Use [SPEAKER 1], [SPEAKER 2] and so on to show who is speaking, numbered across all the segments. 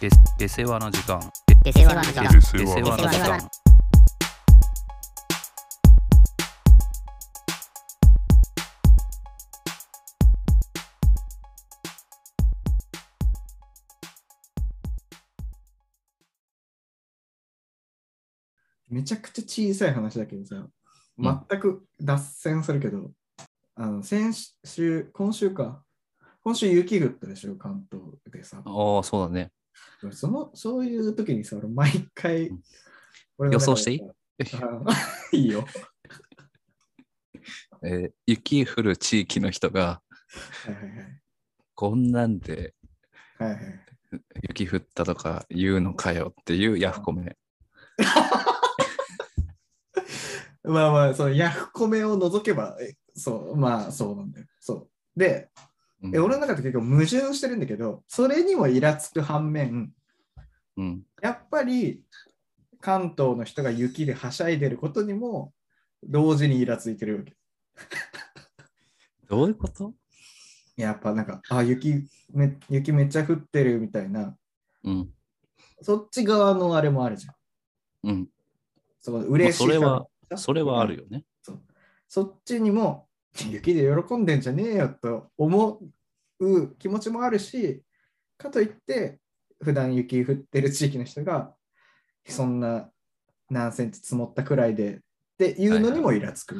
[SPEAKER 1] で出世話の時間
[SPEAKER 2] 出世話の時間
[SPEAKER 3] で
[SPEAKER 1] 出
[SPEAKER 3] 世
[SPEAKER 1] 世話の
[SPEAKER 3] 話
[SPEAKER 1] 時間
[SPEAKER 4] めちゃくちゃ小さい話だけどさ、全く脱線するけど、あの先週、今週か、今週雪降ったでしょ、関東でさ。
[SPEAKER 1] ああそうだね
[SPEAKER 4] そのそういう時にさ、俺毎回
[SPEAKER 1] うん、
[SPEAKER 4] 俺の中
[SPEAKER 1] 予想
[SPEAKER 4] でさ
[SPEAKER 1] していい
[SPEAKER 4] あ いいよ。
[SPEAKER 1] えー雪降る地域の人が
[SPEAKER 4] はいはいはい
[SPEAKER 1] こんなんで
[SPEAKER 4] はいはいはい。
[SPEAKER 1] 雪降ったとか言うのかよっていうヤフコメ
[SPEAKER 4] まあまあ、そのヤフコメを除けば、えそう、まあそうなんだよ。そう。で、
[SPEAKER 1] うん
[SPEAKER 4] え俺の中で結構矛盾してるんだけど、それにもイラつく反面、
[SPEAKER 1] うん
[SPEAKER 4] やっぱり関東の人が雪ではしゃいでることにも同時にイラついてるわけ。
[SPEAKER 1] どういうこと
[SPEAKER 4] やっぱなんか、あ、雪め雪めっちゃ降ってるみたいな、
[SPEAKER 1] うん
[SPEAKER 4] そっち側のあれもあるじゃん。
[SPEAKER 1] うん
[SPEAKER 4] その嬉しい
[SPEAKER 1] まあそれ
[SPEAKER 4] から
[SPEAKER 1] はそれはあるよね
[SPEAKER 4] そっちにも雪で喜んでんじゃねえよと思う気持ちもあるし、かといって、普段雪降ってる地域の人が、そんな何センチ積もったくらいでっていうのにもイラつく。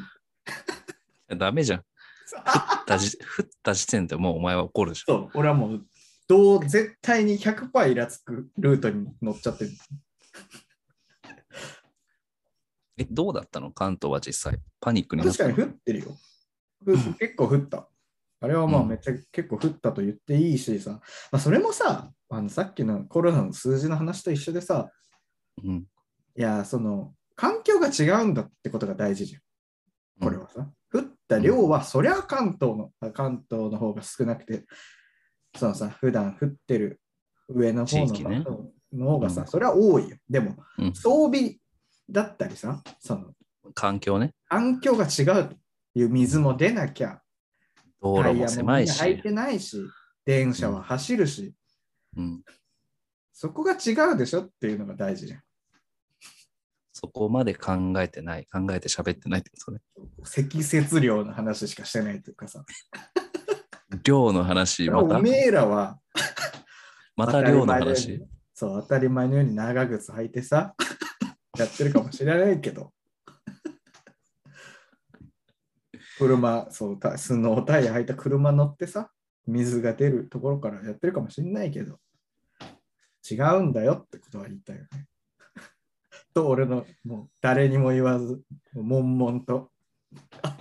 [SPEAKER 1] ダメじゃん降ったじ 降った時点でもうお前は怒るじゃん
[SPEAKER 4] そう、俺はもう、どう絶対に100%イラつくルートに乗っちゃってる。
[SPEAKER 1] えどうだったの関東は実際パニックになっ
[SPEAKER 4] 確
[SPEAKER 1] た
[SPEAKER 4] か
[SPEAKER 1] の
[SPEAKER 4] に降ってるよ。ふ結構降った。あれはまあ
[SPEAKER 1] うん
[SPEAKER 4] めっちゃ結構降ったと言っていいしさ、まあ、それもさあの、さっきのコロナの数字の話と一緒でさ、
[SPEAKER 1] うん
[SPEAKER 4] いや、その、環境が違うんだってことが大事じゃん。これはさ、降った量は、そりゃ関東の、あ関東の方が少なくて、そのさ、普段降ってる上の方の
[SPEAKER 1] 地域ね
[SPEAKER 4] の方がさ、
[SPEAKER 1] うん
[SPEAKER 4] それは多いよ。でも、
[SPEAKER 1] うん
[SPEAKER 4] 装備だったりさ、その、
[SPEAKER 1] 環境ね
[SPEAKER 4] 環境が違うという水も出なきゃ、
[SPEAKER 1] 道
[SPEAKER 4] タ
[SPEAKER 1] 路
[SPEAKER 4] イ
[SPEAKER 1] も
[SPEAKER 4] ヤも
[SPEAKER 1] 狭いし、
[SPEAKER 4] みんな履いてないし、電車は走るし、
[SPEAKER 1] うん、
[SPEAKER 4] そこが違うでしょっていうのが大事じゃん。
[SPEAKER 1] そこまで考えてない考えて喋ってないってことね
[SPEAKER 4] 積雪量の話しかしてないというかさ、
[SPEAKER 1] 量の話ま
[SPEAKER 4] お
[SPEAKER 1] た
[SPEAKER 4] めえらは
[SPEAKER 1] また量の
[SPEAKER 4] 当たり前よう
[SPEAKER 1] 話
[SPEAKER 4] にそう、当たり前のように長靴履いてさ、 やってるかもしれないけど。車、そう、たスノータイヤ履いた車乗ってさ、水が出るところからやってるかもしれないけど、違うんだよってことは言いたいよね。 と、俺の、もう誰にも言わず、悶々と、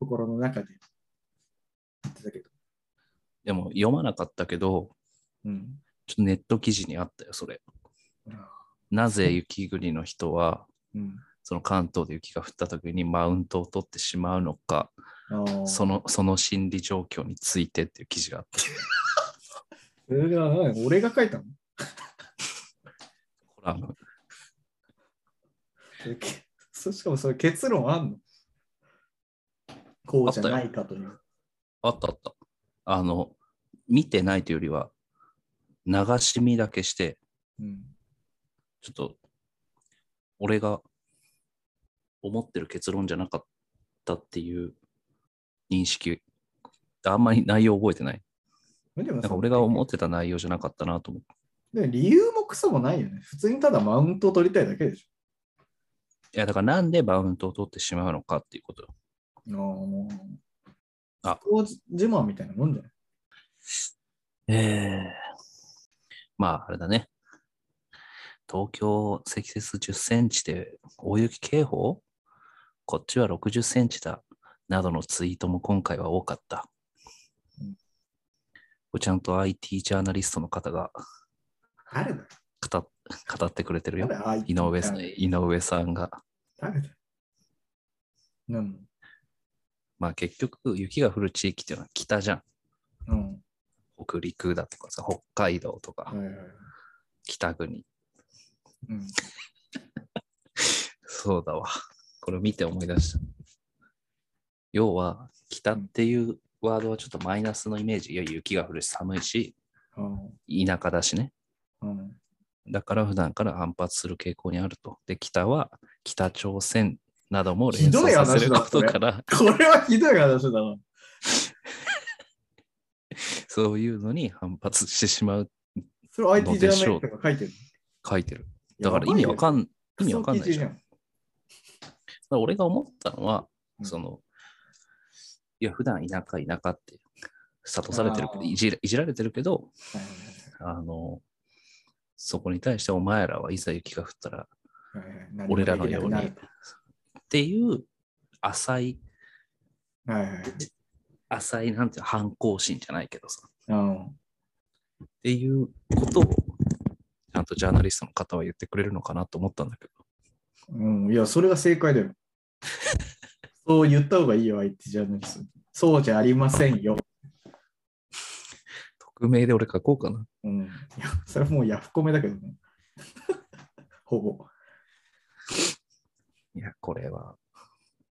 [SPEAKER 4] 心の中で言ってたけど。
[SPEAKER 1] でも読まなかったけど
[SPEAKER 4] うん。
[SPEAKER 1] ちょっとネット記事にあったよそれなぜ雪国の人は
[SPEAKER 4] うん
[SPEAKER 1] その関東で雪が降った時にマウントを取ってしまうのか
[SPEAKER 4] あー
[SPEAKER 1] そのその心理状況についてっていう記事があった
[SPEAKER 4] それが何俺が書いたの
[SPEAKER 1] コラム
[SPEAKER 4] それけ そしかもそれ結論あんのこうじゃないかという。
[SPEAKER 1] あったあったあの見てないというよりは流し見だけして
[SPEAKER 4] うん、
[SPEAKER 1] ちょっと、俺が思ってる結論じゃなかったっていう認識、あんまり内容覚えてない。
[SPEAKER 4] でも
[SPEAKER 1] なん
[SPEAKER 4] さ
[SPEAKER 1] か俺が思ってた内容じゃなかったなと思って。
[SPEAKER 4] でも理由もクソもないよね。普通にただマウントを取りたいだけでし
[SPEAKER 1] いや、だからなんでマウントを取ってしまうのかっていうこと。
[SPEAKER 4] ょ。
[SPEAKER 1] あ
[SPEAKER 4] 不幸自慢みたいなもんじゃない
[SPEAKER 1] ええまあ、あれだね。東京積雪10センチで大雪警報こっちは60センチだ。などのツイートも今回は多かった
[SPEAKER 4] うん。
[SPEAKER 1] これちゃんと IT ジャーナリストの方が
[SPEAKER 4] 誰だよ
[SPEAKER 1] 語っ語ってくれてるよ
[SPEAKER 4] 誰。だよ
[SPEAKER 1] 井上さん
[SPEAKER 4] 誰
[SPEAKER 1] 井上さんが。
[SPEAKER 4] 誰だようん。
[SPEAKER 1] まあ結局雪が降る地域っていうのは北じゃん。
[SPEAKER 4] うん。
[SPEAKER 1] 北陸だとかさ、北海道とか
[SPEAKER 4] はいはいはい。
[SPEAKER 1] 北国。
[SPEAKER 4] うん。
[SPEAKER 1] そうだわ。これ見て思い出した。要は、北っていうワードはちょっとマイナスのイメージ。いや、雪が降るし寒いし、
[SPEAKER 4] あー
[SPEAKER 1] 田舎だしね。
[SPEAKER 4] うん。
[SPEAKER 1] だから普段から反発する傾向にあると。で、北は北朝鮮なども連想させることから、
[SPEAKER 4] これはひどい話だな。
[SPEAKER 1] そういうのに反発してしまう
[SPEAKER 4] それ IT ジャーナリストが書いてる。
[SPEAKER 1] 書いてる。だから意味わかん、意味わかんないでしょ。だか
[SPEAKER 4] ん。
[SPEAKER 1] ら俺が思ったのは、
[SPEAKER 4] うん
[SPEAKER 1] その、いや、普段田舎、田舎って、諭されてるけど、
[SPEAKER 4] あー
[SPEAKER 1] いじらいじられてるけど、
[SPEAKER 4] はい
[SPEAKER 1] あの、そこに対してお前らはいざ雪が降ったら、
[SPEAKER 4] はいはいはい
[SPEAKER 1] 俺らのように
[SPEAKER 4] 何もできなく
[SPEAKER 1] っていう浅い、
[SPEAKER 4] なるはいはいはい。
[SPEAKER 1] 浅い、なんていうの反抗心じゃないけどさ、
[SPEAKER 4] うん。
[SPEAKER 1] っていうことを、ちゃんとジャーナリストの方は言ってくれるのかなと思ったんだけど。
[SPEAKER 4] うん、いや、それが正解だよ。 そう言った方がいいよ、IT ジャーナリスト。そうじゃありませんよ。
[SPEAKER 1] 匿名で俺書こうかな。
[SPEAKER 4] うん。いや、それもうヤフコメだけどね。 ほぼ。
[SPEAKER 1] いや、これは。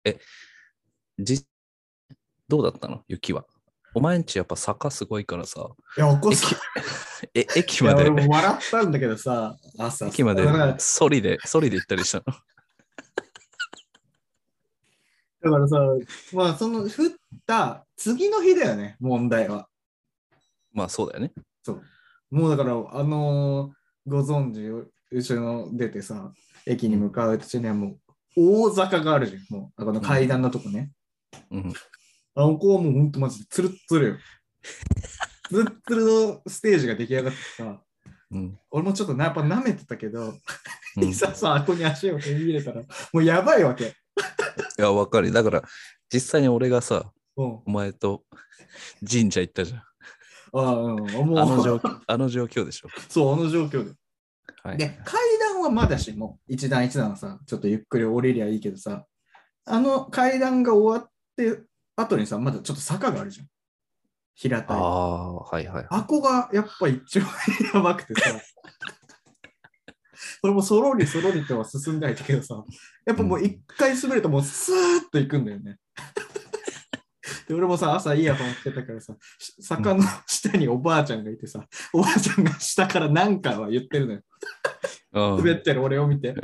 [SPEAKER 1] え、じ、どうだったの雪は。お前んちやっぱ坂すごいからさ、
[SPEAKER 4] いや、起こす。
[SPEAKER 1] え、駅
[SPEAKER 4] い
[SPEAKER 1] ま
[SPEAKER 4] や、
[SPEAKER 1] で
[SPEAKER 4] 俺、も笑ったんだけどさ、朝。
[SPEAKER 1] 駅まで
[SPEAKER 4] だから、
[SPEAKER 1] ソリで、ソリで行ったりしたの。
[SPEAKER 4] だからさ、まあ、その、降った次の日だよね、問題は。
[SPEAKER 1] まあそうだよね。
[SPEAKER 4] そう。もうだから、あのーご存知、後ろの出てさ、駅に向かう途中にはもう、大坂があるじゃん。もう、あこの階段のとこね。
[SPEAKER 1] うん。
[SPEAKER 4] あの子はもうほんとマジでツルッ ツルよ。ツルッツルのステージが出来上がってさ、
[SPEAKER 1] うん。
[SPEAKER 4] 俺もちょっとなやっぱ舐めてたけど、
[SPEAKER 1] う
[SPEAKER 4] い
[SPEAKER 1] ん、い
[SPEAKER 4] ざさ、あこに足を踏み入れたら、もうやばいわけ。
[SPEAKER 1] や、わかる。だから、実際に俺がさ、
[SPEAKER 4] も
[SPEAKER 1] お前と神社行ったじゃん。
[SPEAKER 4] うん、ああ、うん、もう、
[SPEAKER 1] あの状況、あの状況でしょ。
[SPEAKER 4] そう、あの状況で。
[SPEAKER 1] はい。
[SPEAKER 4] で、階段はまだしも、一段一段さ、ちょっとゆっくり降りりゃいいけどさ、あの階段が終わって、後にさ、まだちょっと坂があるじゃん。平
[SPEAKER 1] あ
[SPEAKER 4] たい。
[SPEAKER 1] あ、はいはい。
[SPEAKER 4] あこがやっぱ一番やばくてさ。 それもそろりそろりとは進んではいたけどさ、やっぱもう一回滑るともうスーッと行くんだよね。 で、俺もさ、朝イヤホンしてたからさ、し坂の下におばあちゃんがいてさ、おばあちゃんが下から何かは言ってるのよ。
[SPEAKER 1] うん
[SPEAKER 4] 滑ってる俺を見て。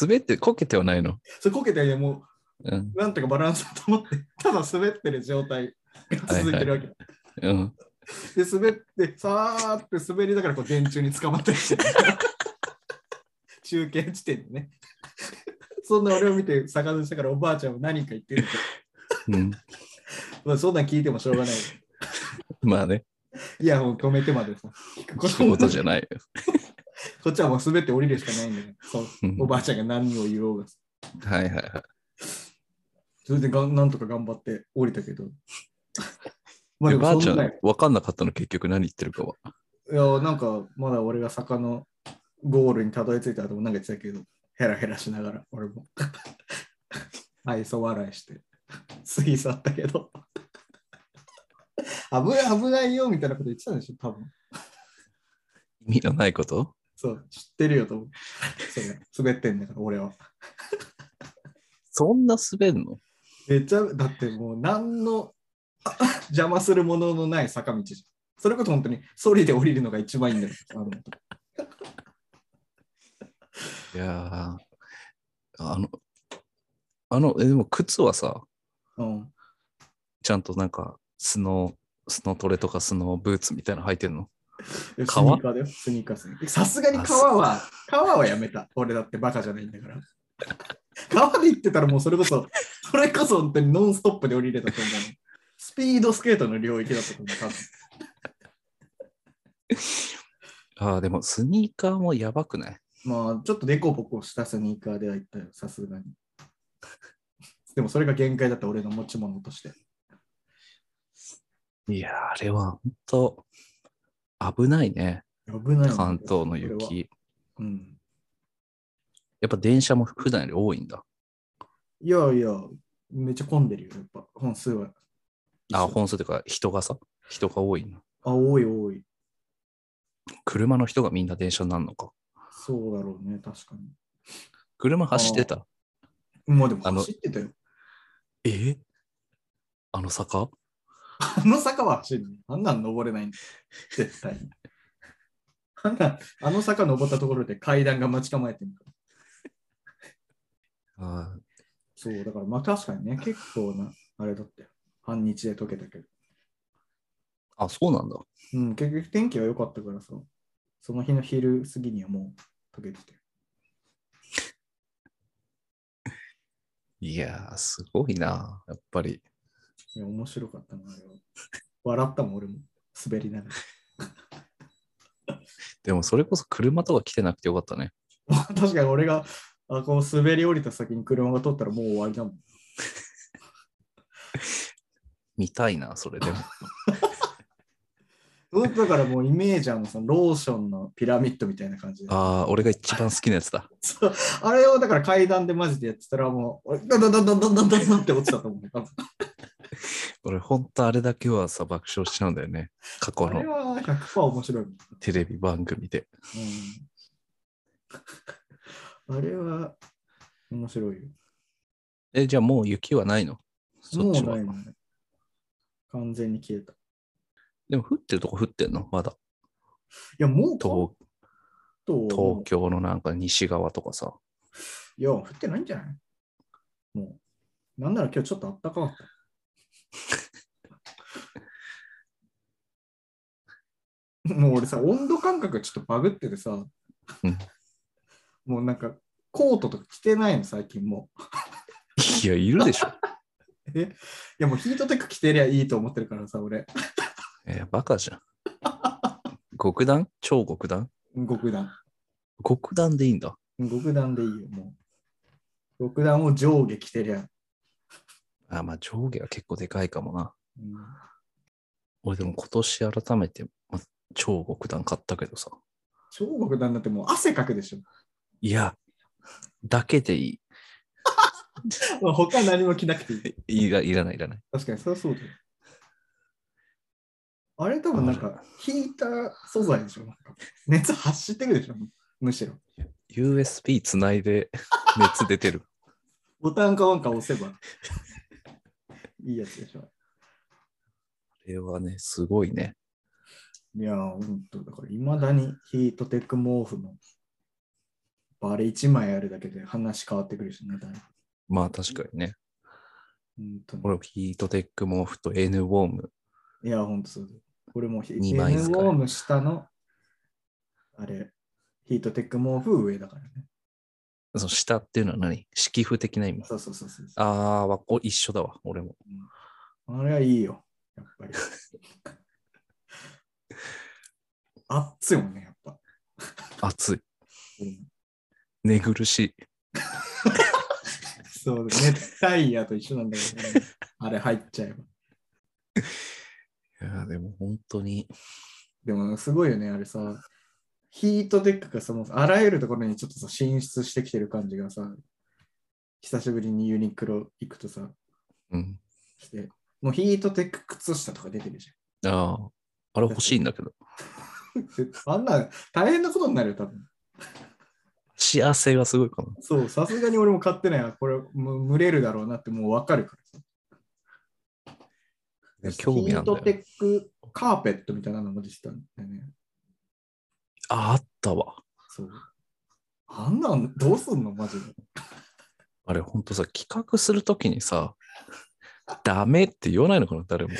[SPEAKER 1] 滑って、こけてはないの。
[SPEAKER 4] それこけて、ね、も
[SPEAKER 1] うん。
[SPEAKER 4] うなんとかバランスを保って、ただ滑ってる状態が続いてるわけ。
[SPEAKER 1] うん。
[SPEAKER 4] で、滑って、さーって滑りながらこう電柱に捕まったりして、中継地点でね。そんな俺を見て逆立ちしたからおばあちゃんも何か言ってるけ
[SPEAKER 1] うん、
[SPEAKER 4] ど、まあ、そんなん聞いてもしょうがない。
[SPEAKER 1] まあね、
[SPEAKER 4] イヤホン止めてまでさ、聞くこ
[SPEAKER 1] 聞くことと
[SPEAKER 4] じ
[SPEAKER 1] じ
[SPEAKER 4] ゃ
[SPEAKER 1] ゃない。
[SPEAKER 4] こっちはもう滑って降りるしかないんだよ、ね。そう
[SPEAKER 1] うん
[SPEAKER 4] おばあちゃんが何を言おうが。
[SPEAKER 1] はいはいはい。
[SPEAKER 4] それでがんなんとか頑張って降り たけど。ま
[SPEAKER 1] で
[SPEAKER 4] で
[SPEAKER 1] ばあ
[SPEAKER 4] も
[SPEAKER 1] ち
[SPEAKER 4] そ
[SPEAKER 1] ゃ
[SPEAKER 4] ん
[SPEAKER 1] ん
[SPEAKER 4] な、
[SPEAKER 1] わかんなかったの、結局何言ってるかは。
[SPEAKER 4] いや、なんか、まだ俺が坂のゴールにたどり着いた後もなんか言ってたけど、ヘラヘラしながら、俺も。 愛想笑いして、過ぎ去ったけど。 危ない、危ないよ、みたいなこと言ってたんでしょ、多分。
[SPEAKER 1] 意味のないこと
[SPEAKER 4] そう、知ってるよ、と思う。そうね滑ってんだから、俺は。
[SPEAKER 1] そんな滑るの
[SPEAKER 4] めっちゃ、だってもう、何の あ邪魔するもののない坂道じゃん。それこそ本当に、ソリで降りるのが一番いいんだよ。あの
[SPEAKER 1] いやーあの、あの、えでも靴はさ、
[SPEAKER 4] うん、
[SPEAKER 1] ちゃんとなんか、スノー、スノトレとかスノーブーツみたいなの履いてんの
[SPEAKER 4] いや
[SPEAKER 1] 皮
[SPEAKER 4] スニーカーだよ、スニーカースニーカーさすがに皮は、皮はやめた。俺だってバカじゃないんだから。皮で行ってたらもうそれこそ、それこそ本当にノンストップで降りれたと思う。スピードスケートの領域だったと思う。多分
[SPEAKER 1] ああ、でもスニーカーもやばくない
[SPEAKER 4] まあ、ちょっとデコボコしたスニーカーでは行ったよ、さすがに。でもそれが限界だった、俺の持ち物として。
[SPEAKER 1] いやーあれは本当危ないね、
[SPEAKER 4] 危ない。
[SPEAKER 1] 関東の
[SPEAKER 4] これは。
[SPEAKER 1] 雪。
[SPEAKER 4] うん。
[SPEAKER 1] やっぱ電車も普段より多いんだ。
[SPEAKER 4] いやいや、めっちゃ混んでるよ、やっぱ、本数は。
[SPEAKER 1] あ、本数というか人がさ、人が多いの。
[SPEAKER 4] あ、多い多い。
[SPEAKER 1] 車の人がみんな電車になるのか。
[SPEAKER 4] そうだろうね、確かに。
[SPEAKER 1] 車走ってた。
[SPEAKER 4] まあでも
[SPEAKER 1] あの
[SPEAKER 4] 走ってたよ。
[SPEAKER 1] えーあの坂
[SPEAKER 4] あの坂は走るね。あんなん登れないんだよ絶対に。 あんなあの坂登ったところで階段が待ち構えてるから。
[SPEAKER 1] あ
[SPEAKER 4] そう、だからまあ確かにね、結構な、あれだったよ。半日で溶けたけど。
[SPEAKER 1] あ、そうなんだ。
[SPEAKER 4] うん、結局天気は良かったからさ、その日の昼過ぎにはもう溶けてて。
[SPEAKER 1] いやー、すごいな、やっぱり。
[SPEAKER 4] いや、面白かったな、あれは。笑ったもん、俺も。滑りながら。
[SPEAKER 1] でもそれこそ車とか来てなくてよかったね。
[SPEAKER 4] 確かに俺が、あ、こう滑り降りた先に車が通ったらもう終わりだもん。
[SPEAKER 1] 見たいな、それで も。
[SPEAKER 4] うんだからもうイメージはもうそのローションのピラミッドみたいな感じで。
[SPEAKER 1] ああ、俺が一番好きなやつだ。
[SPEAKER 4] そうあれをだから階段でマジでやってたらもう、どんどんどんどんどんどんどんどんって落ちたと思う。多分
[SPEAKER 1] 俺、ほんとあれだけはさ、爆笑しちゃうんだよね。過去
[SPEAKER 4] あれ
[SPEAKER 1] の
[SPEAKER 4] は100%面白いもん。
[SPEAKER 1] テレビ番組で。
[SPEAKER 4] うんあれは面白いよ。
[SPEAKER 1] え、じゃあもう雪はないのそっ
[SPEAKER 4] もう
[SPEAKER 1] ちは
[SPEAKER 4] ない。もんね。完全に消えた。い
[SPEAKER 1] でも降ってるとこ降ってんのまだ。
[SPEAKER 4] や、もう
[SPEAKER 1] 東
[SPEAKER 4] 関東は
[SPEAKER 1] 東京のなんか西側とかさ。
[SPEAKER 4] いや、降ってないんじゃないもう。なんなら今日ちょっとあったかかった。 もう俺さ、温度感覚がちょっとバグっててさ、
[SPEAKER 1] うん
[SPEAKER 4] もうなんかコートとか着てないの、最近もう。
[SPEAKER 1] いや、いるでしょ。
[SPEAKER 4] えいや、もうヒートテック着てりゃいいと思ってるからさ、俺。
[SPEAKER 1] えーバカじゃん。極段超極段
[SPEAKER 4] 極段。
[SPEAKER 1] 極段でいいんだ。
[SPEAKER 4] 極段でいいよ、もう。極段を上下着てりゃ。
[SPEAKER 1] あ、まあ上下は結構でかいかもな。
[SPEAKER 4] うん
[SPEAKER 1] 俺でも今年改めて、まあ、超極段買ったけどさ。
[SPEAKER 4] 超極段だってもう汗かくでしょ。
[SPEAKER 1] いや、だけでい
[SPEAKER 4] まあ他何も着なくていい。
[SPEAKER 1] い。いらいらない、いらない。
[SPEAKER 4] 確かに、そりゃそうだよ。あれ多分なんか、ヒーター素材でしょなんか熱発してるでしょむしろ。
[SPEAKER 1] USB つないで 熱出てる。
[SPEAKER 4] ボタンかワンか押せば。いいやつでしょ。
[SPEAKER 1] これはね、すごいね。
[SPEAKER 4] いやー、ほんと、だから、いまだにヒートテック毛布の、あれ1枚あるだけで話変わってくるしね、だいぶ
[SPEAKER 1] まあ確かにね。
[SPEAKER 4] ほんとに
[SPEAKER 1] 俺、ヒートテック毛布と N ウォーム。
[SPEAKER 4] いや、ほんとそうだよ。俺もヒ
[SPEAKER 1] 二
[SPEAKER 4] N ウ
[SPEAKER 1] 枚使い
[SPEAKER 4] ォーム下の、あれ、ヒートテック毛布上だからね。
[SPEAKER 1] その下っていうのは何敷布的な意味。
[SPEAKER 4] そうそうそうそうそう。
[SPEAKER 1] ああ、お一緒だわ、俺も。
[SPEAKER 4] あれはいいよ、やっぱり。熱いもんね、やっぱ。
[SPEAKER 1] 暑い。寝苦しい。
[SPEAKER 4] そう、熱帯夜と一緒なんだけど、ね、 あれ入っちゃえ
[SPEAKER 1] い
[SPEAKER 4] ば。
[SPEAKER 1] やー、でも本当に。
[SPEAKER 4] でも、すごいよね、あれさ。ヒートテックがさ、もうあらゆるところにちょっとさ、進出してきてる感じがさ、久しぶりにユニクロ行くとさ、
[SPEAKER 1] うん。
[SPEAKER 4] して、もうヒートテック靴下とか出てるじ
[SPEAKER 1] ああ、あれ欲しいんだけど。
[SPEAKER 4] ゃん。絶対あんな、大変なことになるよ、多分。
[SPEAKER 1] 幸せがすごいかな。
[SPEAKER 4] そう、さすがに俺も買ってないわ。これ、む蒸れるだろうなってもう分かるからさ。
[SPEAKER 1] 興味なんだよ
[SPEAKER 4] ヒートテックカーペットみたいなのも出てたんだよね。
[SPEAKER 1] ああったわ。
[SPEAKER 4] そう。あんなんどうすんのマジで。
[SPEAKER 1] あれ、ほんとさ、企画するときにさ、ダメって言わないのかな、誰も。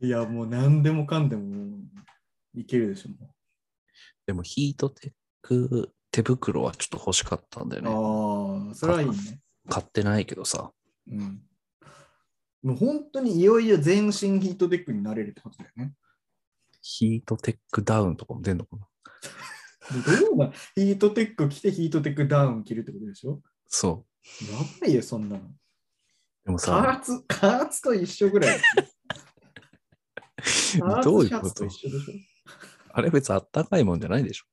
[SPEAKER 4] いや、もう何でもかんでももういけるでしょ、も
[SPEAKER 1] でも、ヒートテック手袋はちょっと欲しかったんだよね。
[SPEAKER 4] う。ああ、それはいいね。
[SPEAKER 1] 買ってないけどさ。
[SPEAKER 4] うん。もう本当にいよいよ全身ヒートテックになれるってことだよね。
[SPEAKER 1] ヒートテックダウンとかも出んのかな
[SPEAKER 4] どうなヒートテック着てヒートテックダウン着るってことでしょ
[SPEAKER 1] そ
[SPEAKER 4] やばいよ、そんなの。
[SPEAKER 1] う。でも
[SPEAKER 4] 加
[SPEAKER 1] さ、
[SPEAKER 4] 圧、加圧と一緒 ぐらい。加圧
[SPEAKER 1] どうい
[SPEAKER 4] シャ
[SPEAKER 1] うこ
[SPEAKER 4] ツ
[SPEAKER 1] と
[SPEAKER 4] と一緒でしょ
[SPEAKER 1] あれ別にあったかいもんじゃないでしょ。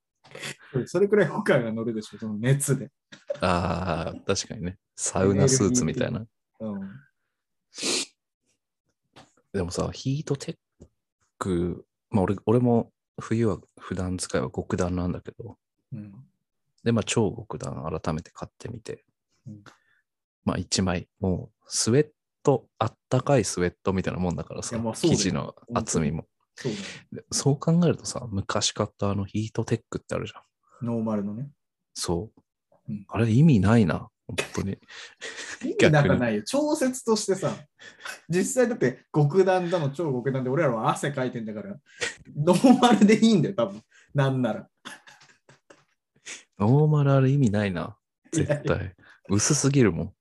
[SPEAKER 4] それくらい負荷が乗るでしょ、その熱で。
[SPEAKER 1] ああ、確かにね。サウナスーツみたいな。
[SPEAKER 4] うん。
[SPEAKER 1] でもさ、ヒートテック、まあ俺俺も冬は普段使いは極暖なんだけど、
[SPEAKER 4] うん、
[SPEAKER 1] で、まあ超極暖改めて買ってみて、
[SPEAKER 4] うん
[SPEAKER 1] まあ1枚、もうスウェット、あったかいスウェットみたいなもんだからさ、
[SPEAKER 4] いやまあそうだ
[SPEAKER 1] 生
[SPEAKER 4] よ
[SPEAKER 1] 地の厚みも。
[SPEAKER 4] そうだよ。
[SPEAKER 1] そう考えるとさ、昔買ったあのヒートテックってあるじゃん。
[SPEAKER 4] ノーマルのね。
[SPEAKER 1] そう。
[SPEAKER 4] うん
[SPEAKER 1] あれ意味ないな、本当 に。
[SPEAKER 4] 意
[SPEAKER 1] 逆
[SPEAKER 4] 味
[SPEAKER 1] に
[SPEAKER 4] なんかないよ。調節としてさ、実際だって極端だの超極端で俺らは汗かいてんだから、ノーマルでいいんだよ、多分なんなら。
[SPEAKER 1] ノーマルあれ意味ないな、絶
[SPEAKER 4] いやい
[SPEAKER 1] 対。薄すぎるもん。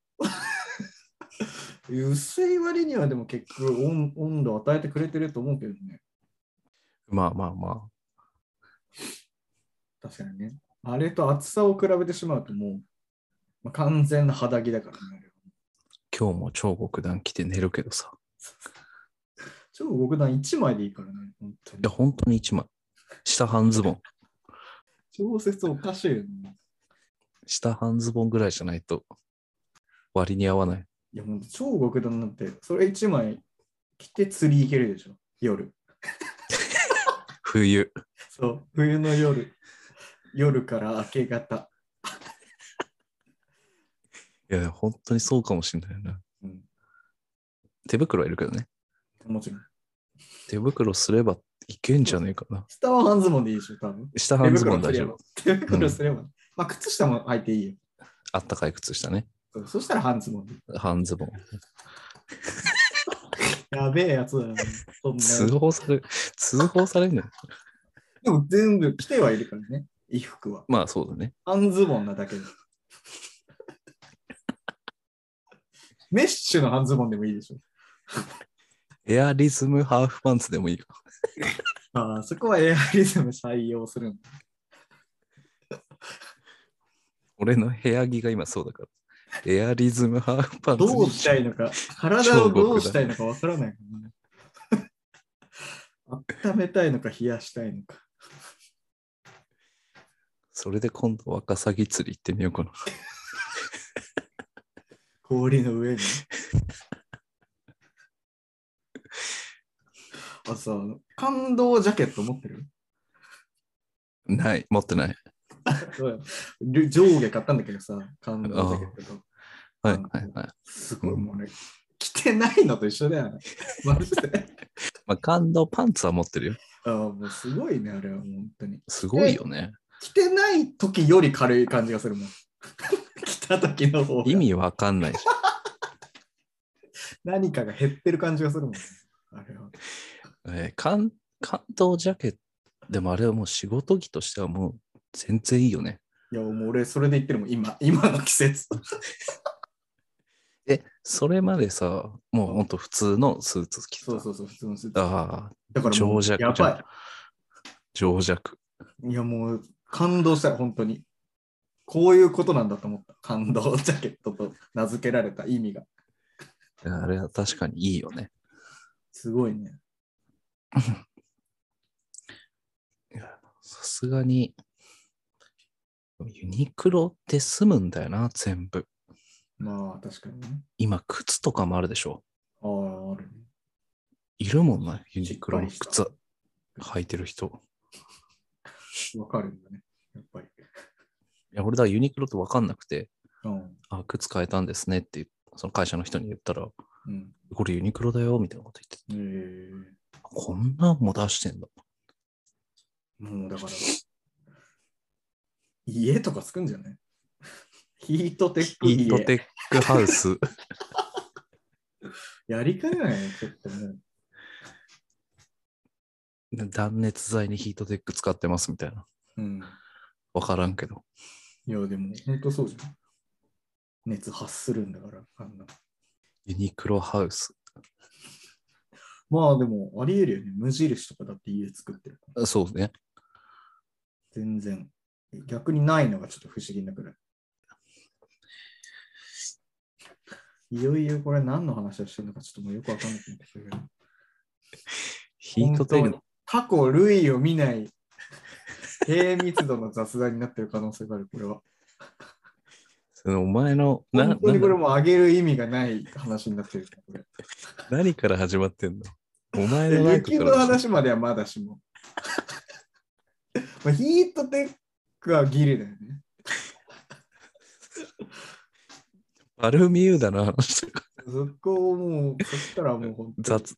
[SPEAKER 4] や薄い割にはでも結局温温度を与えてくれてると思うけどね。
[SPEAKER 1] まあまあま
[SPEAKER 4] 確かにね。あれと厚さを比べてしまうともう、まあ完全な肌着だからね。
[SPEAKER 1] あ、今日も超極端来て寝るけどさ。
[SPEAKER 4] 超極端1枚でいいからね。本当
[SPEAKER 1] いや、
[SPEAKER 4] に
[SPEAKER 1] 本当に一枚。下半ズボ ン。
[SPEAKER 4] 調節おかしいよね。
[SPEAKER 1] 下半ズボンぐらいじゃないと割に合わない。
[SPEAKER 4] いや、もう超極端なんて、それ1枚着て釣り行けるでしょ、夜。
[SPEAKER 1] 冬。
[SPEAKER 4] そう、冬の夜。 夜から明け方。
[SPEAKER 1] いや、本当にそうかもしれないな。
[SPEAKER 4] うん、
[SPEAKER 1] 手袋はいるけどね。
[SPEAKER 4] もちろん。
[SPEAKER 1] 手袋すればいけんじゃねえかな。
[SPEAKER 4] 下は半ズボンでいいでしょ、多分。
[SPEAKER 1] 下半ズボン
[SPEAKER 4] 手
[SPEAKER 1] 大丈夫。
[SPEAKER 4] 袋すれば。手袋すれば。まあ、靴下も履いていいよ。
[SPEAKER 1] あったかい靴下ね。
[SPEAKER 4] そうそしたら半ズボンでいい。
[SPEAKER 1] 半ズボン。
[SPEAKER 4] やべえやつだな。そん
[SPEAKER 1] 通
[SPEAKER 4] な
[SPEAKER 1] 報され、通報されんのよ
[SPEAKER 4] でも全部着てはいるからね、衣服は。
[SPEAKER 1] まあそうだね。
[SPEAKER 4] 半ズボンなだけで。 メッシュの半ズボンでもいいでしょ。
[SPEAKER 1] エアリズムハーフパンツでもいいよ。
[SPEAKER 4] ああ、そこはエアリズム採用するんだ。
[SPEAKER 1] 俺の部屋着が今そうだから。エアリズムハーフパンツに。
[SPEAKER 4] どうしたいのか、体をどうしたいのかわからないからな。 温めたいのか、冷やしたいのか。
[SPEAKER 1] それで今度ワカサギ釣り行ってみようかな。
[SPEAKER 4] 氷の上に。あとさ、感動ジャケット持ってる
[SPEAKER 1] ない、持ってない。
[SPEAKER 4] り上下買ったんだけどさ、感動ジャケットと。
[SPEAKER 1] はいはいはい。
[SPEAKER 4] すごいもうね、着てないのと一緒だよね。 マジで。
[SPEAKER 1] まあ感動パンツは持ってるよ。
[SPEAKER 4] ああ、もうすごいね、あれは本当に。
[SPEAKER 1] すごいよね。
[SPEAKER 4] 着てない時より軽い感じがするもん。 着た時の方が
[SPEAKER 1] 意味わかんないし。
[SPEAKER 4] 何かが減ってる感じがするもん、ね。あれは。
[SPEAKER 1] えー、関関東ジャケット、でもあれはもう仕事着としてはもう全然いいよね。
[SPEAKER 4] いや、もう俺それで言ってるもん、今、 今の季節。
[SPEAKER 1] え、それまでさ、もうほんと普通のスーツ着てた。
[SPEAKER 4] そうそうそう、普通の季節。
[SPEAKER 1] ああ、
[SPEAKER 4] だからも
[SPEAKER 1] 情弱
[SPEAKER 4] う、や
[SPEAKER 1] じゃん
[SPEAKER 4] ば
[SPEAKER 1] 情弱。
[SPEAKER 4] い。いや、もう、感動したよ、本当に。こういうことなんだと思った。感動ジャケットと名付けられた意味が。
[SPEAKER 1] いやあれは確かにいいよね。
[SPEAKER 4] すごいね。
[SPEAKER 1] いやさすがに、ユニクロって済むんだよな、全部。
[SPEAKER 4] まあ、確かにね。
[SPEAKER 1] 今、靴とかもあるでしょ。
[SPEAKER 4] ああ、あるね。
[SPEAKER 1] いるもんな、ユニクロの
[SPEAKER 4] しっかりした
[SPEAKER 1] 靴履いてる人。
[SPEAKER 4] わかるんだね。やっぱり。
[SPEAKER 1] いや、俺だからユニクロってわかんなくて、
[SPEAKER 4] うん。
[SPEAKER 1] あ、靴変えたんですねって、その会社の人に言ったら、
[SPEAKER 4] うん。
[SPEAKER 1] これユニクロだよ、みたいなこと言って
[SPEAKER 4] えー
[SPEAKER 1] あこんなんも出してんだ。
[SPEAKER 4] もうだから、家とかつくんじゃない ヒートテック
[SPEAKER 1] ヒート
[SPEAKER 4] 家
[SPEAKER 1] テックハウス。
[SPEAKER 4] やりかねないよ、ちょっともう。
[SPEAKER 1] 断熱材にヒートテック使ってますみたいな。
[SPEAKER 4] うん。
[SPEAKER 1] わからんけど。
[SPEAKER 4] いや、でも、本当そうじゃん。熱発するんだから、あんな。
[SPEAKER 1] ユニクロハウス。
[SPEAKER 4] まあでも、あり得るよね。無印とかだって家作ってるから。
[SPEAKER 1] そうね。
[SPEAKER 4] 全然。逆にないのがちょっと不思議なくらい。いよいよこれ何の話をしてるのかちょっともうよくわかんなくなってきたけど。
[SPEAKER 1] ヒートテッ
[SPEAKER 4] 本
[SPEAKER 1] ク
[SPEAKER 4] 当に。過去類を見ない低密度の雑談になってる可能性がある、これは。
[SPEAKER 1] そのお前のな
[SPEAKER 4] 本当にこれ
[SPEAKER 1] なんだ
[SPEAKER 4] もう上げる意味がない話になってる。これ
[SPEAKER 1] 何から始まってんのお前のなんか
[SPEAKER 4] 雪
[SPEAKER 1] か
[SPEAKER 4] の
[SPEAKER 1] ら
[SPEAKER 4] 話まではまだしも。 まあ、ヒートテックはギリだよね。
[SPEAKER 1] バルミューダの話とか
[SPEAKER 4] そこをもう、そしたらもう本当に
[SPEAKER 1] 雑。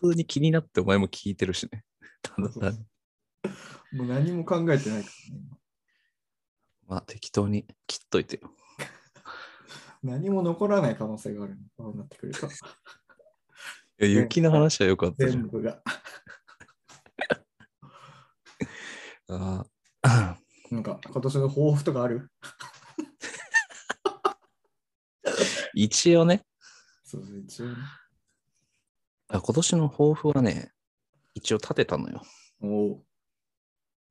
[SPEAKER 1] 通に気になってお前も聞いてるしね。ただ単に
[SPEAKER 4] もう何も考えてないからね。
[SPEAKER 1] まあ適当に切っといてよ。
[SPEAKER 4] 今何も残らない可能性があるね。こうなってくると。
[SPEAKER 1] いや雪の話はよかったじゃん
[SPEAKER 4] 全。部が。
[SPEAKER 1] あー
[SPEAKER 4] なんか、今年の抱負とかある
[SPEAKER 1] 一応ね、
[SPEAKER 4] そうそう、一応ね。
[SPEAKER 1] あ今年の抱負はね、一応立てたのよ。
[SPEAKER 4] おお。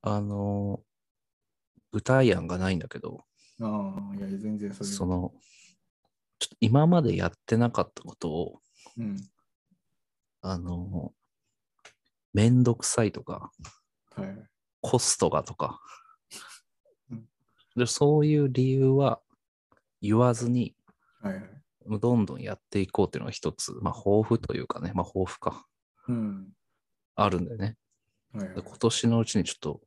[SPEAKER 1] あのー、舞台案がないんだけど、
[SPEAKER 4] ああ、いや、全然それ。
[SPEAKER 1] その、ちょっと今までやってなかったことを、
[SPEAKER 4] うん。
[SPEAKER 1] あのー、めんどくさいとか、
[SPEAKER 4] はいはい。
[SPEAKER 1] コストがとか
[SPEAKER 4] うん、
[SPEAKER 1] でそういう理由は言わずに、
[SPEAKER 4] はいはい。
[SPEAKER 1] どんどんやっていこうっていうのが一つ、まあ、抱負というかね、まあ、抱負か、
[SPEAKER 4] うん。
[SPEAKER 1] あるんだよね。
[SPEAKER 4] はいはい
[SPEAKER 1] 今。年のうちにちょっと、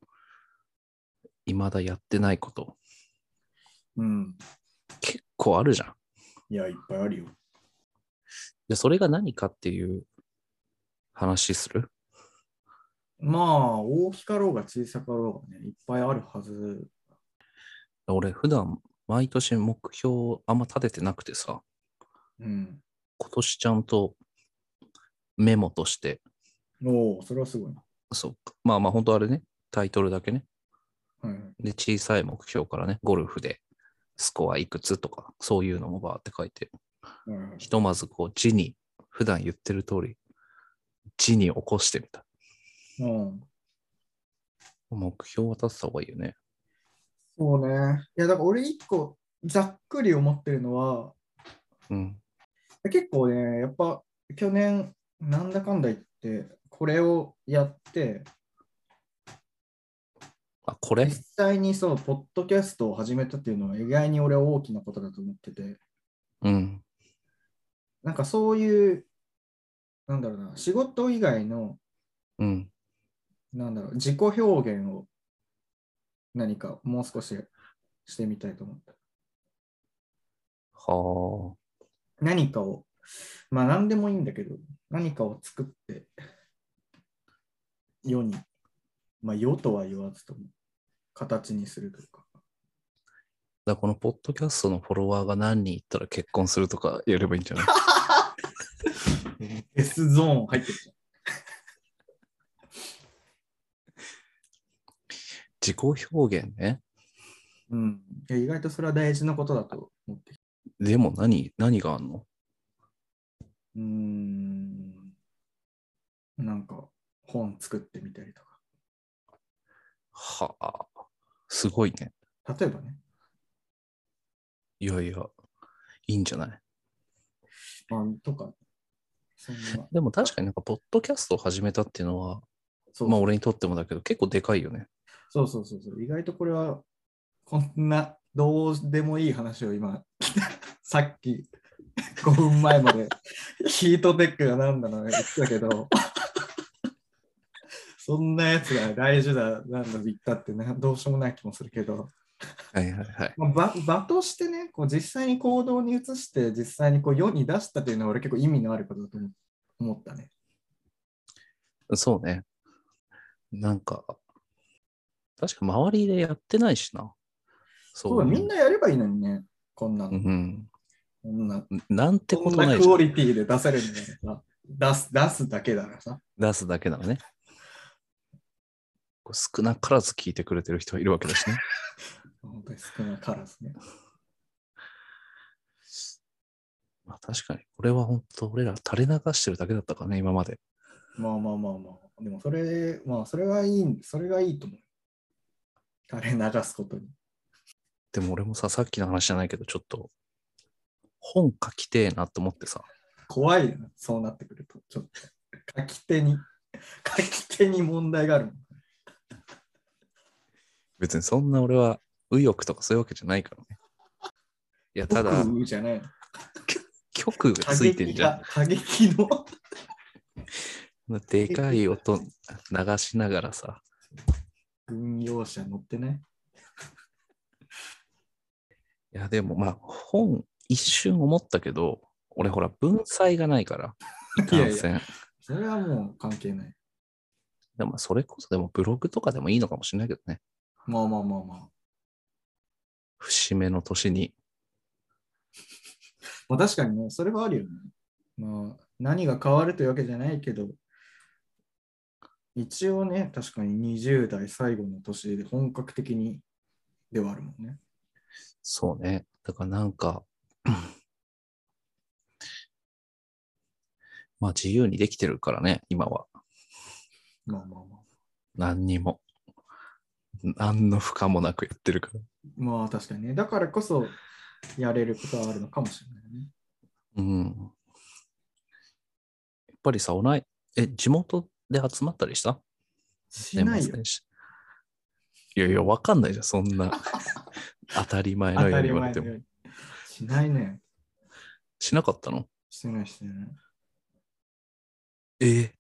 [SPEAKER 1] 未だやってないこと、
[SPEAKER 4] うん。
[SPEAKER 1] 結構あるじゃん。
[SPEAKER 4] いや、いっぱいあるよ。
[SPEAKER 1] で、それが何かっていう話する
[SPEAKER 4] まあ、大きかろうが小さかろうがね、いっぱいあるはず。
[SPEAKER 1] 俺、普段、毎年目標あんま立ててなくてさ、
[SPEAKER 4] うん。
[SPEAKER 1] 今年ちゃんとメモとして、
[SPEAKER 4] おお、それはすごいな。
[SPEAKER 1] そうか、まあまあ、本当あれね、タイトルだけね。
[SPEAKER 4] はいはい。
[SPEAKER 1] で、小さい目標からね、ゴルフでスコアいくつとか、そういうのもバーって書いて、
[SPEAKER 4] はいはい
[SPEAKER 1] ひとまずこう字に、普段言ってる通り、字に起こしてみた。
[SPEAKER 4] うん。
[SPEAKER 1] 目標は立てた方がいいよね。
[SPEAKER 4] そうね。いや、だから俺一個、ざっくり思ってるのは、
[SPEAKER 1] うん。
[SPEAKER 4] 結構ね、やっぱ去年、なんだかんだ言って、これをやって、
[SPEAKER 1] あ、これ
[SPEAKER 4] 実際にそう、ポッドキャストを始めたっていうのは、意外に俺は大きなことだと思ってて、
[SPEAKER 1] うん。
[SPEAKER 4] なんかそういう、なんだろうな、仕事以外の、
[SPEAKER 1] うん。
[SPEAKER 4] なんだろう、自己表現を何かもう少ししてみたいと思った。
[SPEAKER 1] は
[SPEAKER 4] 何かを、まあ何でもいいんだけど、何かを作って、世に、まあ世とは言わずとも、形にするとか。
[SPEAKER 1] あ。だからこのポッドキャストのフォロワーが何人いったら結婚するとかやればいいんじゃない
[SPEAKER 4] S ゾーン入ってるじ
[SPEAKER 1] 自己表現ね。
[SPEAKER 4] ゃん。うん。いや意外とそれは大事なことだと思って。
[SPEAKER 1] でも何、何があんの
[SPEAKER 4] うーん。なんか、本作ってみたりと
[SPEAKER 1] はあ。すごいね。
[SPEAKER 4] か。例えばね。
[SPEAKER 1] いやいや、いいんじゃない
[SPEAKER 4] まあ、とか。そんな。
[SPEAKER 1] でも確かになんか、ポッドキャストを始めたっていうのは、
[SPEAKER 4] そう
[SPEAKER 1] まあ俺にとってもだけど、結構でかいよね。
[SPEAKER 4] そうそうそうそう。意外とこれは、こんなどうでもいい話を今、 さっき5分前までヒートテックがなんだの言ってたけど、そんなやつが大事だなんだ言ったってなどうしようもない気もするけど、
[SPEAKER 1] はいはいはい。
[SPEAKER 4] まあ、場場としてね、こう実際に行動に移して、実際にこう世に出したというのは俺結構意味のあることだと思思ったね。
[SPEAKER 1] そうね。なんか、確か周りでやってないしな。
[SPEAKER 4] そ
[SPEAKER 1] そうう
[SPEAKER 4] だ
[SPEAKER 1] いう
[SPEAKER 4] みんなやればいいのにね、こんな
[SPEAKER 1] う
[SPEAKER 4] の。
[SPEAKER 1] ん。
[SPEAKER 4] こんな
[SPEAKER 1] なんて
[SPEAKER 4] こ
[SPEAKER 1] こ
[SPEAKER 4] ん
[SPEAKER 1] と
[SPEAKER 4] な
[SPEAKER 1] ない
[SPEAKER 4] ク
[SPEAKER 1] じゃ
[SPEAKER 4] オ
[SPEAKER 1] ん。
[SPEAKER 4] リティで出せるんだからさ。出す、出すだけだからさ。
[SPEAKER 1] 出すだけなのね。こう少なからず聞いてくれてる人はいるわけだしね。
[SPEAKER 4] 本当に少なからずね。
[SPEAKER 1] まあ確かに、これは本当俺ら垂れ流してるだけだったからね、今まで。
[SPEAKER 4] まあまあまあまあ。でもそれ、まあそれはいいん、それがいいと思う。垂れ流すことに。
[SPEAKER 1] でも俺もさ、さっきの話じゃないけど、ちょっと、本書きてえなと思ってさ、
[SPEAKER 4] 怖いよな、そうなってくると。ちょっと、書き手に、書き手に問題があるもん。
[SPEAKER 1] 別にそんな俺は右翼とかそういうわけじゃないからね。いや、ただ、
[SPEAKER 4] 僕じゃない。
[SPEAKER 1] 曲が
[SPEAKER 4] 過
[SPEAKER 1] ついてん
[SPEAKER 4] 激
[SPEAKER 1] じゃん
[SPEAKER 4] が。、過激の。
[SPEAKER 1] でかい音流しながらさ、
[SPEAKER 4] 軍用車乗ってね。
[SPEAKER 1] いやでもまあ本一瞬思ったけど、俺ほら文才がないから、い
[SPEAKER 4] い
[SPEAKER 1] か
[SPEAKER 4] や
[SPEAKER 1] ん
[SPEAKER 4] いや
[SPEAKER 1] せん。
[SPEAKER 4] それはもう関係ない。
[SPEAKER 1] でもそれこそでもブログとかでもいいのかもしれないけどね。
[SPEAKER 4] まあまあまあまあ。
[SPEAKER 1] 節目の年に。
[SPEAKER 4] まあ確かにね、それはあるよね。まあ、何が変わるというわけじゃないけど、一応ね、確かに20代最後の年で本格的にではあるもんね。
[SPEAKER 1] そうね。だからなんか、 まあ自由にできてるからね、今は。
[SPEAKER 4] まあまあまあ。
[SPEAKER 1] 何にも。何の負荷もなくやってるから。
[SPEAKER 4] まあ確かにね。だからこそやれることはあるのかもしれないね。
[SPEAKER 1] うん。やっぱりさ、同い、え、地元で集まったりした
[SPEAKER 4] しない
[SPEAKER 1] 年末
[SPEAKER 4] よ。
[SPEAKER 1] 年始いやいや、わかんないじゃん、そん な。当たり前
[SPEAKER 4] 当
[SPEAKER 1] のよ
[SPEAKER 4] た
[SPEAKER 1] うに
[SPEAKER 4] り
[SPEAKER 1] 言われ
[SPEAKER 4] 前
[SPEAKER 1] て
[SPEAKER 4] の
[SPEAKER 1] も
[SPEAKER 4] よ。うに。しないね。
[SPEAKER 1] しなかったの
[SPEAKER 4] してないしてない。
[SPEAKER 1] ええ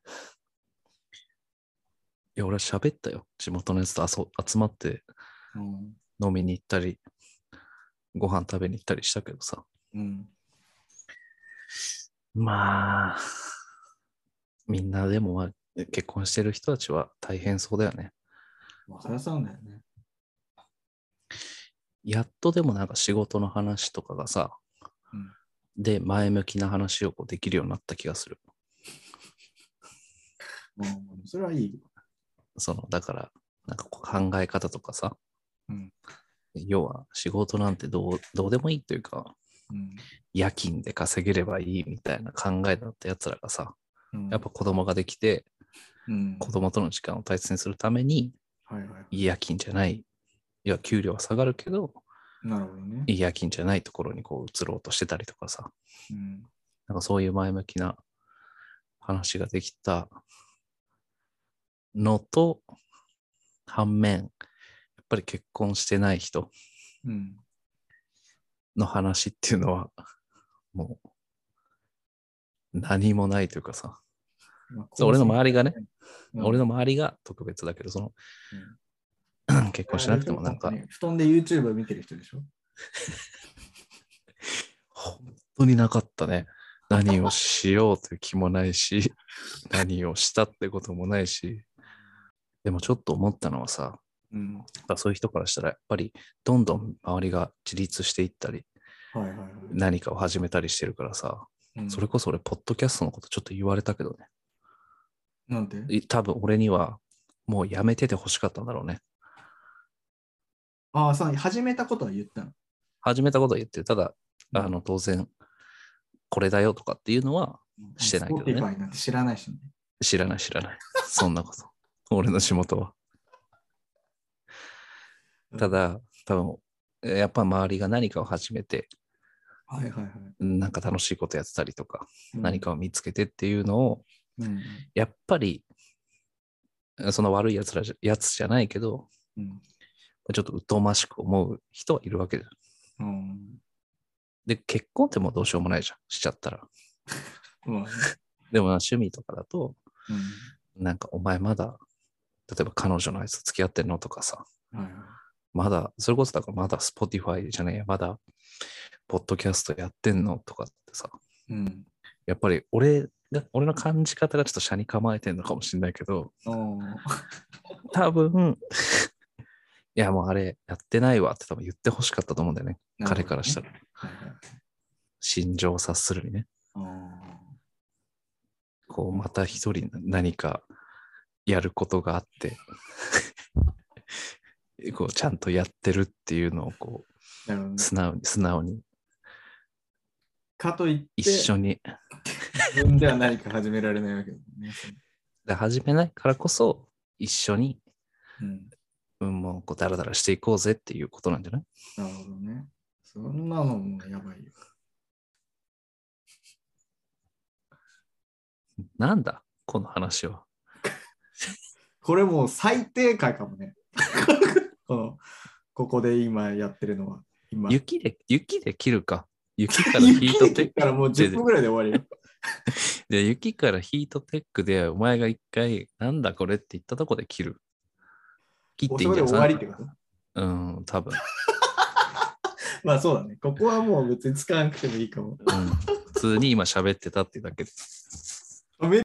[SPEAKER 1] いや、俺は喋ったよ。地元のやつと遊集まって
[SPEAKER 4] うん。
[SPEAKER 1] 飲みに行ったり、ご飯食べに行ったりしたけどさ。
[SPEAKER 4] うん、
[SPEAKER 1] まあ、みんなでも、まあ結婚してる人たちは大変そうだよね。
[SPEAKER 4] まあそりゃそうだよね。
[SPEAKER 1] やっとでもなんか仕事の話とかがさ、
[SPEAKER 4] うん
[SPEAKER 1] で、前向きな話をこうできるようになった気がする。
[SPEAKER 4] まあそれはいいよ。
[SPEAKER 1] その、だから、なんかこう考え方とかさ、
[SPEAKER 4] うん
[SPEAKER 1] 要は仕事なんてどうどうでもいいというか、
[SPEAKER 4] うん
[SPEAKER 1] 夜勤で稼げればいいみたいな考えだったやつらがさ、
[SPEAKER 4] うん、
[SPEAKER 1] やっぱ子供ができて、
[SPEAKER 4] うん、
[SPEAKER 1] 子供との時間を大切にするために、
[SPEAKER 4] はいはい
[SPEAKER 1] 夜勤じゃない、いや、給料は下がるけど、
[SPEAKER 4] い。なるほどね。
[SPEAKER 1] いい夜勤じゃないところにこう移ろうとしてたりとかさ、
[SPEAKER 4] うん、
[SPEAKER 1] なんかそういう前向きな話ができたのと、反面、やっぱり結婚してない人
[SPEAKER 4] うん、
[SPEAKER 1] の話っていうのは、もう、何もないというかさ、
[SPEAKER 4] まあ
[SPEAKER 1] そう俺の周りがね、
[SPEAKER 4] うん
[SPEAKER 1] 俺の周りが特別だけど、その、 結婚しなくてもなんか、
[SPEAKER 4] ね布団で YouTube 見てる人でしょ
[SPEAKER 1] 本当になかったね。何をしようという気もないし、何をしたってこともないし、でもちょっと思ったのはさ、
[SPEAKER 4] うん。
[SPEAKER 1] だからそういう人からしたら、やっぱりどんどん周りが自立していったり、
[SPEAKER 4] はいはいはい。
[SPEAKER 1] 何かを始めたりしてるからさ、
[SPEAKER 4] うん
[SPEAKER 1] それこそ俺、ポッドキャストのことちょっと言われたけど
[SPEAKER 4] なんて
[SPEAKER 1] ね、い多分俺にはもうやめてて欲しかったんだろうね。
[SPEAKER 4] ああ、そう、始めたことは言ったの。
[SPEAKER 1] 始めたことは言ってる、ただ、
[SPEAKER 4] うん
[SPEAKER 1] あの当然、これだよとかっていうのはしてないけどね
[SPEAKER 4] Spotify なんて知らないしね。
[SPEAKER 1] 知らない知らない。そんなこと。俺の仕事は。ただ、多分、やっぱ周りが何かを始めて、
[SPEAKER 4] はいはいはい。
[SPEAKER 1] なんか楽しいことやってたりとか、
[SPEAKER 4] うん
[SPEAKER 1] 何。かを見つけてっていうのを、
[SPEAKER 4] うん。
[SPEAKER 1] やっぱり、その悪いやつらじゃ、やつじゃないけど、
[SPEAKER 4] うん。
[SPEAKER 1] ちょっと疎ましく思う人はいるわけじゃん。
[SPEAKER 4] うん。
[SPEAKER 1] で、結婚ってもうどうしようもないじゃん。しちゃったら。
[SPEAKER 4] まあね
[SPEAKER 1] でもまあ趣味とかだと、
[SPEAKER 4] う
[SPEAKER 1] なんかお前まだ、例えば彼女のあいつと付き合ってんのとかさ、
[SPEAKER 4] ん。はいはい。
[SPEAKER 1] まだ、それこそだからまだ Spotify じゃねえや、まだ、ポッドキャストやってんのとかってさ、
[SPEAKER 4] うん。
[SPEAKER 1] やっぱり俺が、俺の感じ方がちょっと車に構えてんのかもしれないけど、
[SPEAKER 4] あ
[SPEAKER 1] 多分、いやもうあれやってないわって多分言ってほしかったと思うんだよね。
[SPEAKER 4] あ。
[SPEAKER 1] 彼からした
[SPEAKER 4] ら。
[SPEAKER 1] ら。
[SPEAKER 4] はいはい。
[SPEAKER 1] 心情を察するにね。
[SPEAKER 4] あ
[SPEAKER 1] こう、また一人何かやることがあって、 こう、ちゃんとやってるっていうのをこ
[SPEAKER 4] あ。なるほど
[SPEAKER 1] う、
[SPEAKER 4] ね。
[SPEAKER 1] 素直に、素直に、
[SPEAKER 4] かといって、
[SPEAKER 1] 一緒に、
[SPEAKER 4] 自分では何か始められないわけだもんね。
[SPEAKER 1] で始めないからこそ、一緒に、
[SPEAKER 4] うん。
[SPEAKER 1] うん、もう、こう、だらだらしていこうぜっていうことなんじゃない
[SPEAKER 4] なるほどね。そんなのもやばいよ。
[SPEAKER 1] なんだこの話は。
[SPEAKER 4] これもう最低回かもね。 この、ここで今やってるのは。今。
[SPEAKER 1] 雪で、雪で切るか。雪からヒ
[SPEAKER 4] 雪
[SPEAKER 1] ート
[SPEAKER 4] で
[SPEAKER 1] テ
[SPEAKER 4] 切
[SPEAKER 1] ッ
[SPEAKER 4] ったら
[SPEAKER 1] ク。
[SPEAKER 4] もう10分ぐらいで終 わりよ。
[SPEAKER 1] で、雪からヒートテックで、お前が一回、なんだこれって言ったとこで切る。切
[SPEAKER 4] も
[SPEAKER 1] っ
[SPEAKER 4] う
[SPEAKER 1] ていい
[SPEAKER 4] そ
[SPEAKER 1] んじゃ
[SPEAKER 4] こで終わ
[SPEAKER 1] な
[SPEAKER 4] り
[SPEAKER 1] い
[SPEAKER 4] ってこ
[SPEAKER 1] う
[SPEAKER 4] と
[SPEAKER 1] ん、多分。
[SPEAKER 4] まあそうだね。ここはもう別に使わなくてもいいか
[SPEAKER 1] う
[SPEAKER 4] も。
[SPEAKER 1] ん、普通に今喋ってたってだけで。
[SPEAKER 4] あめ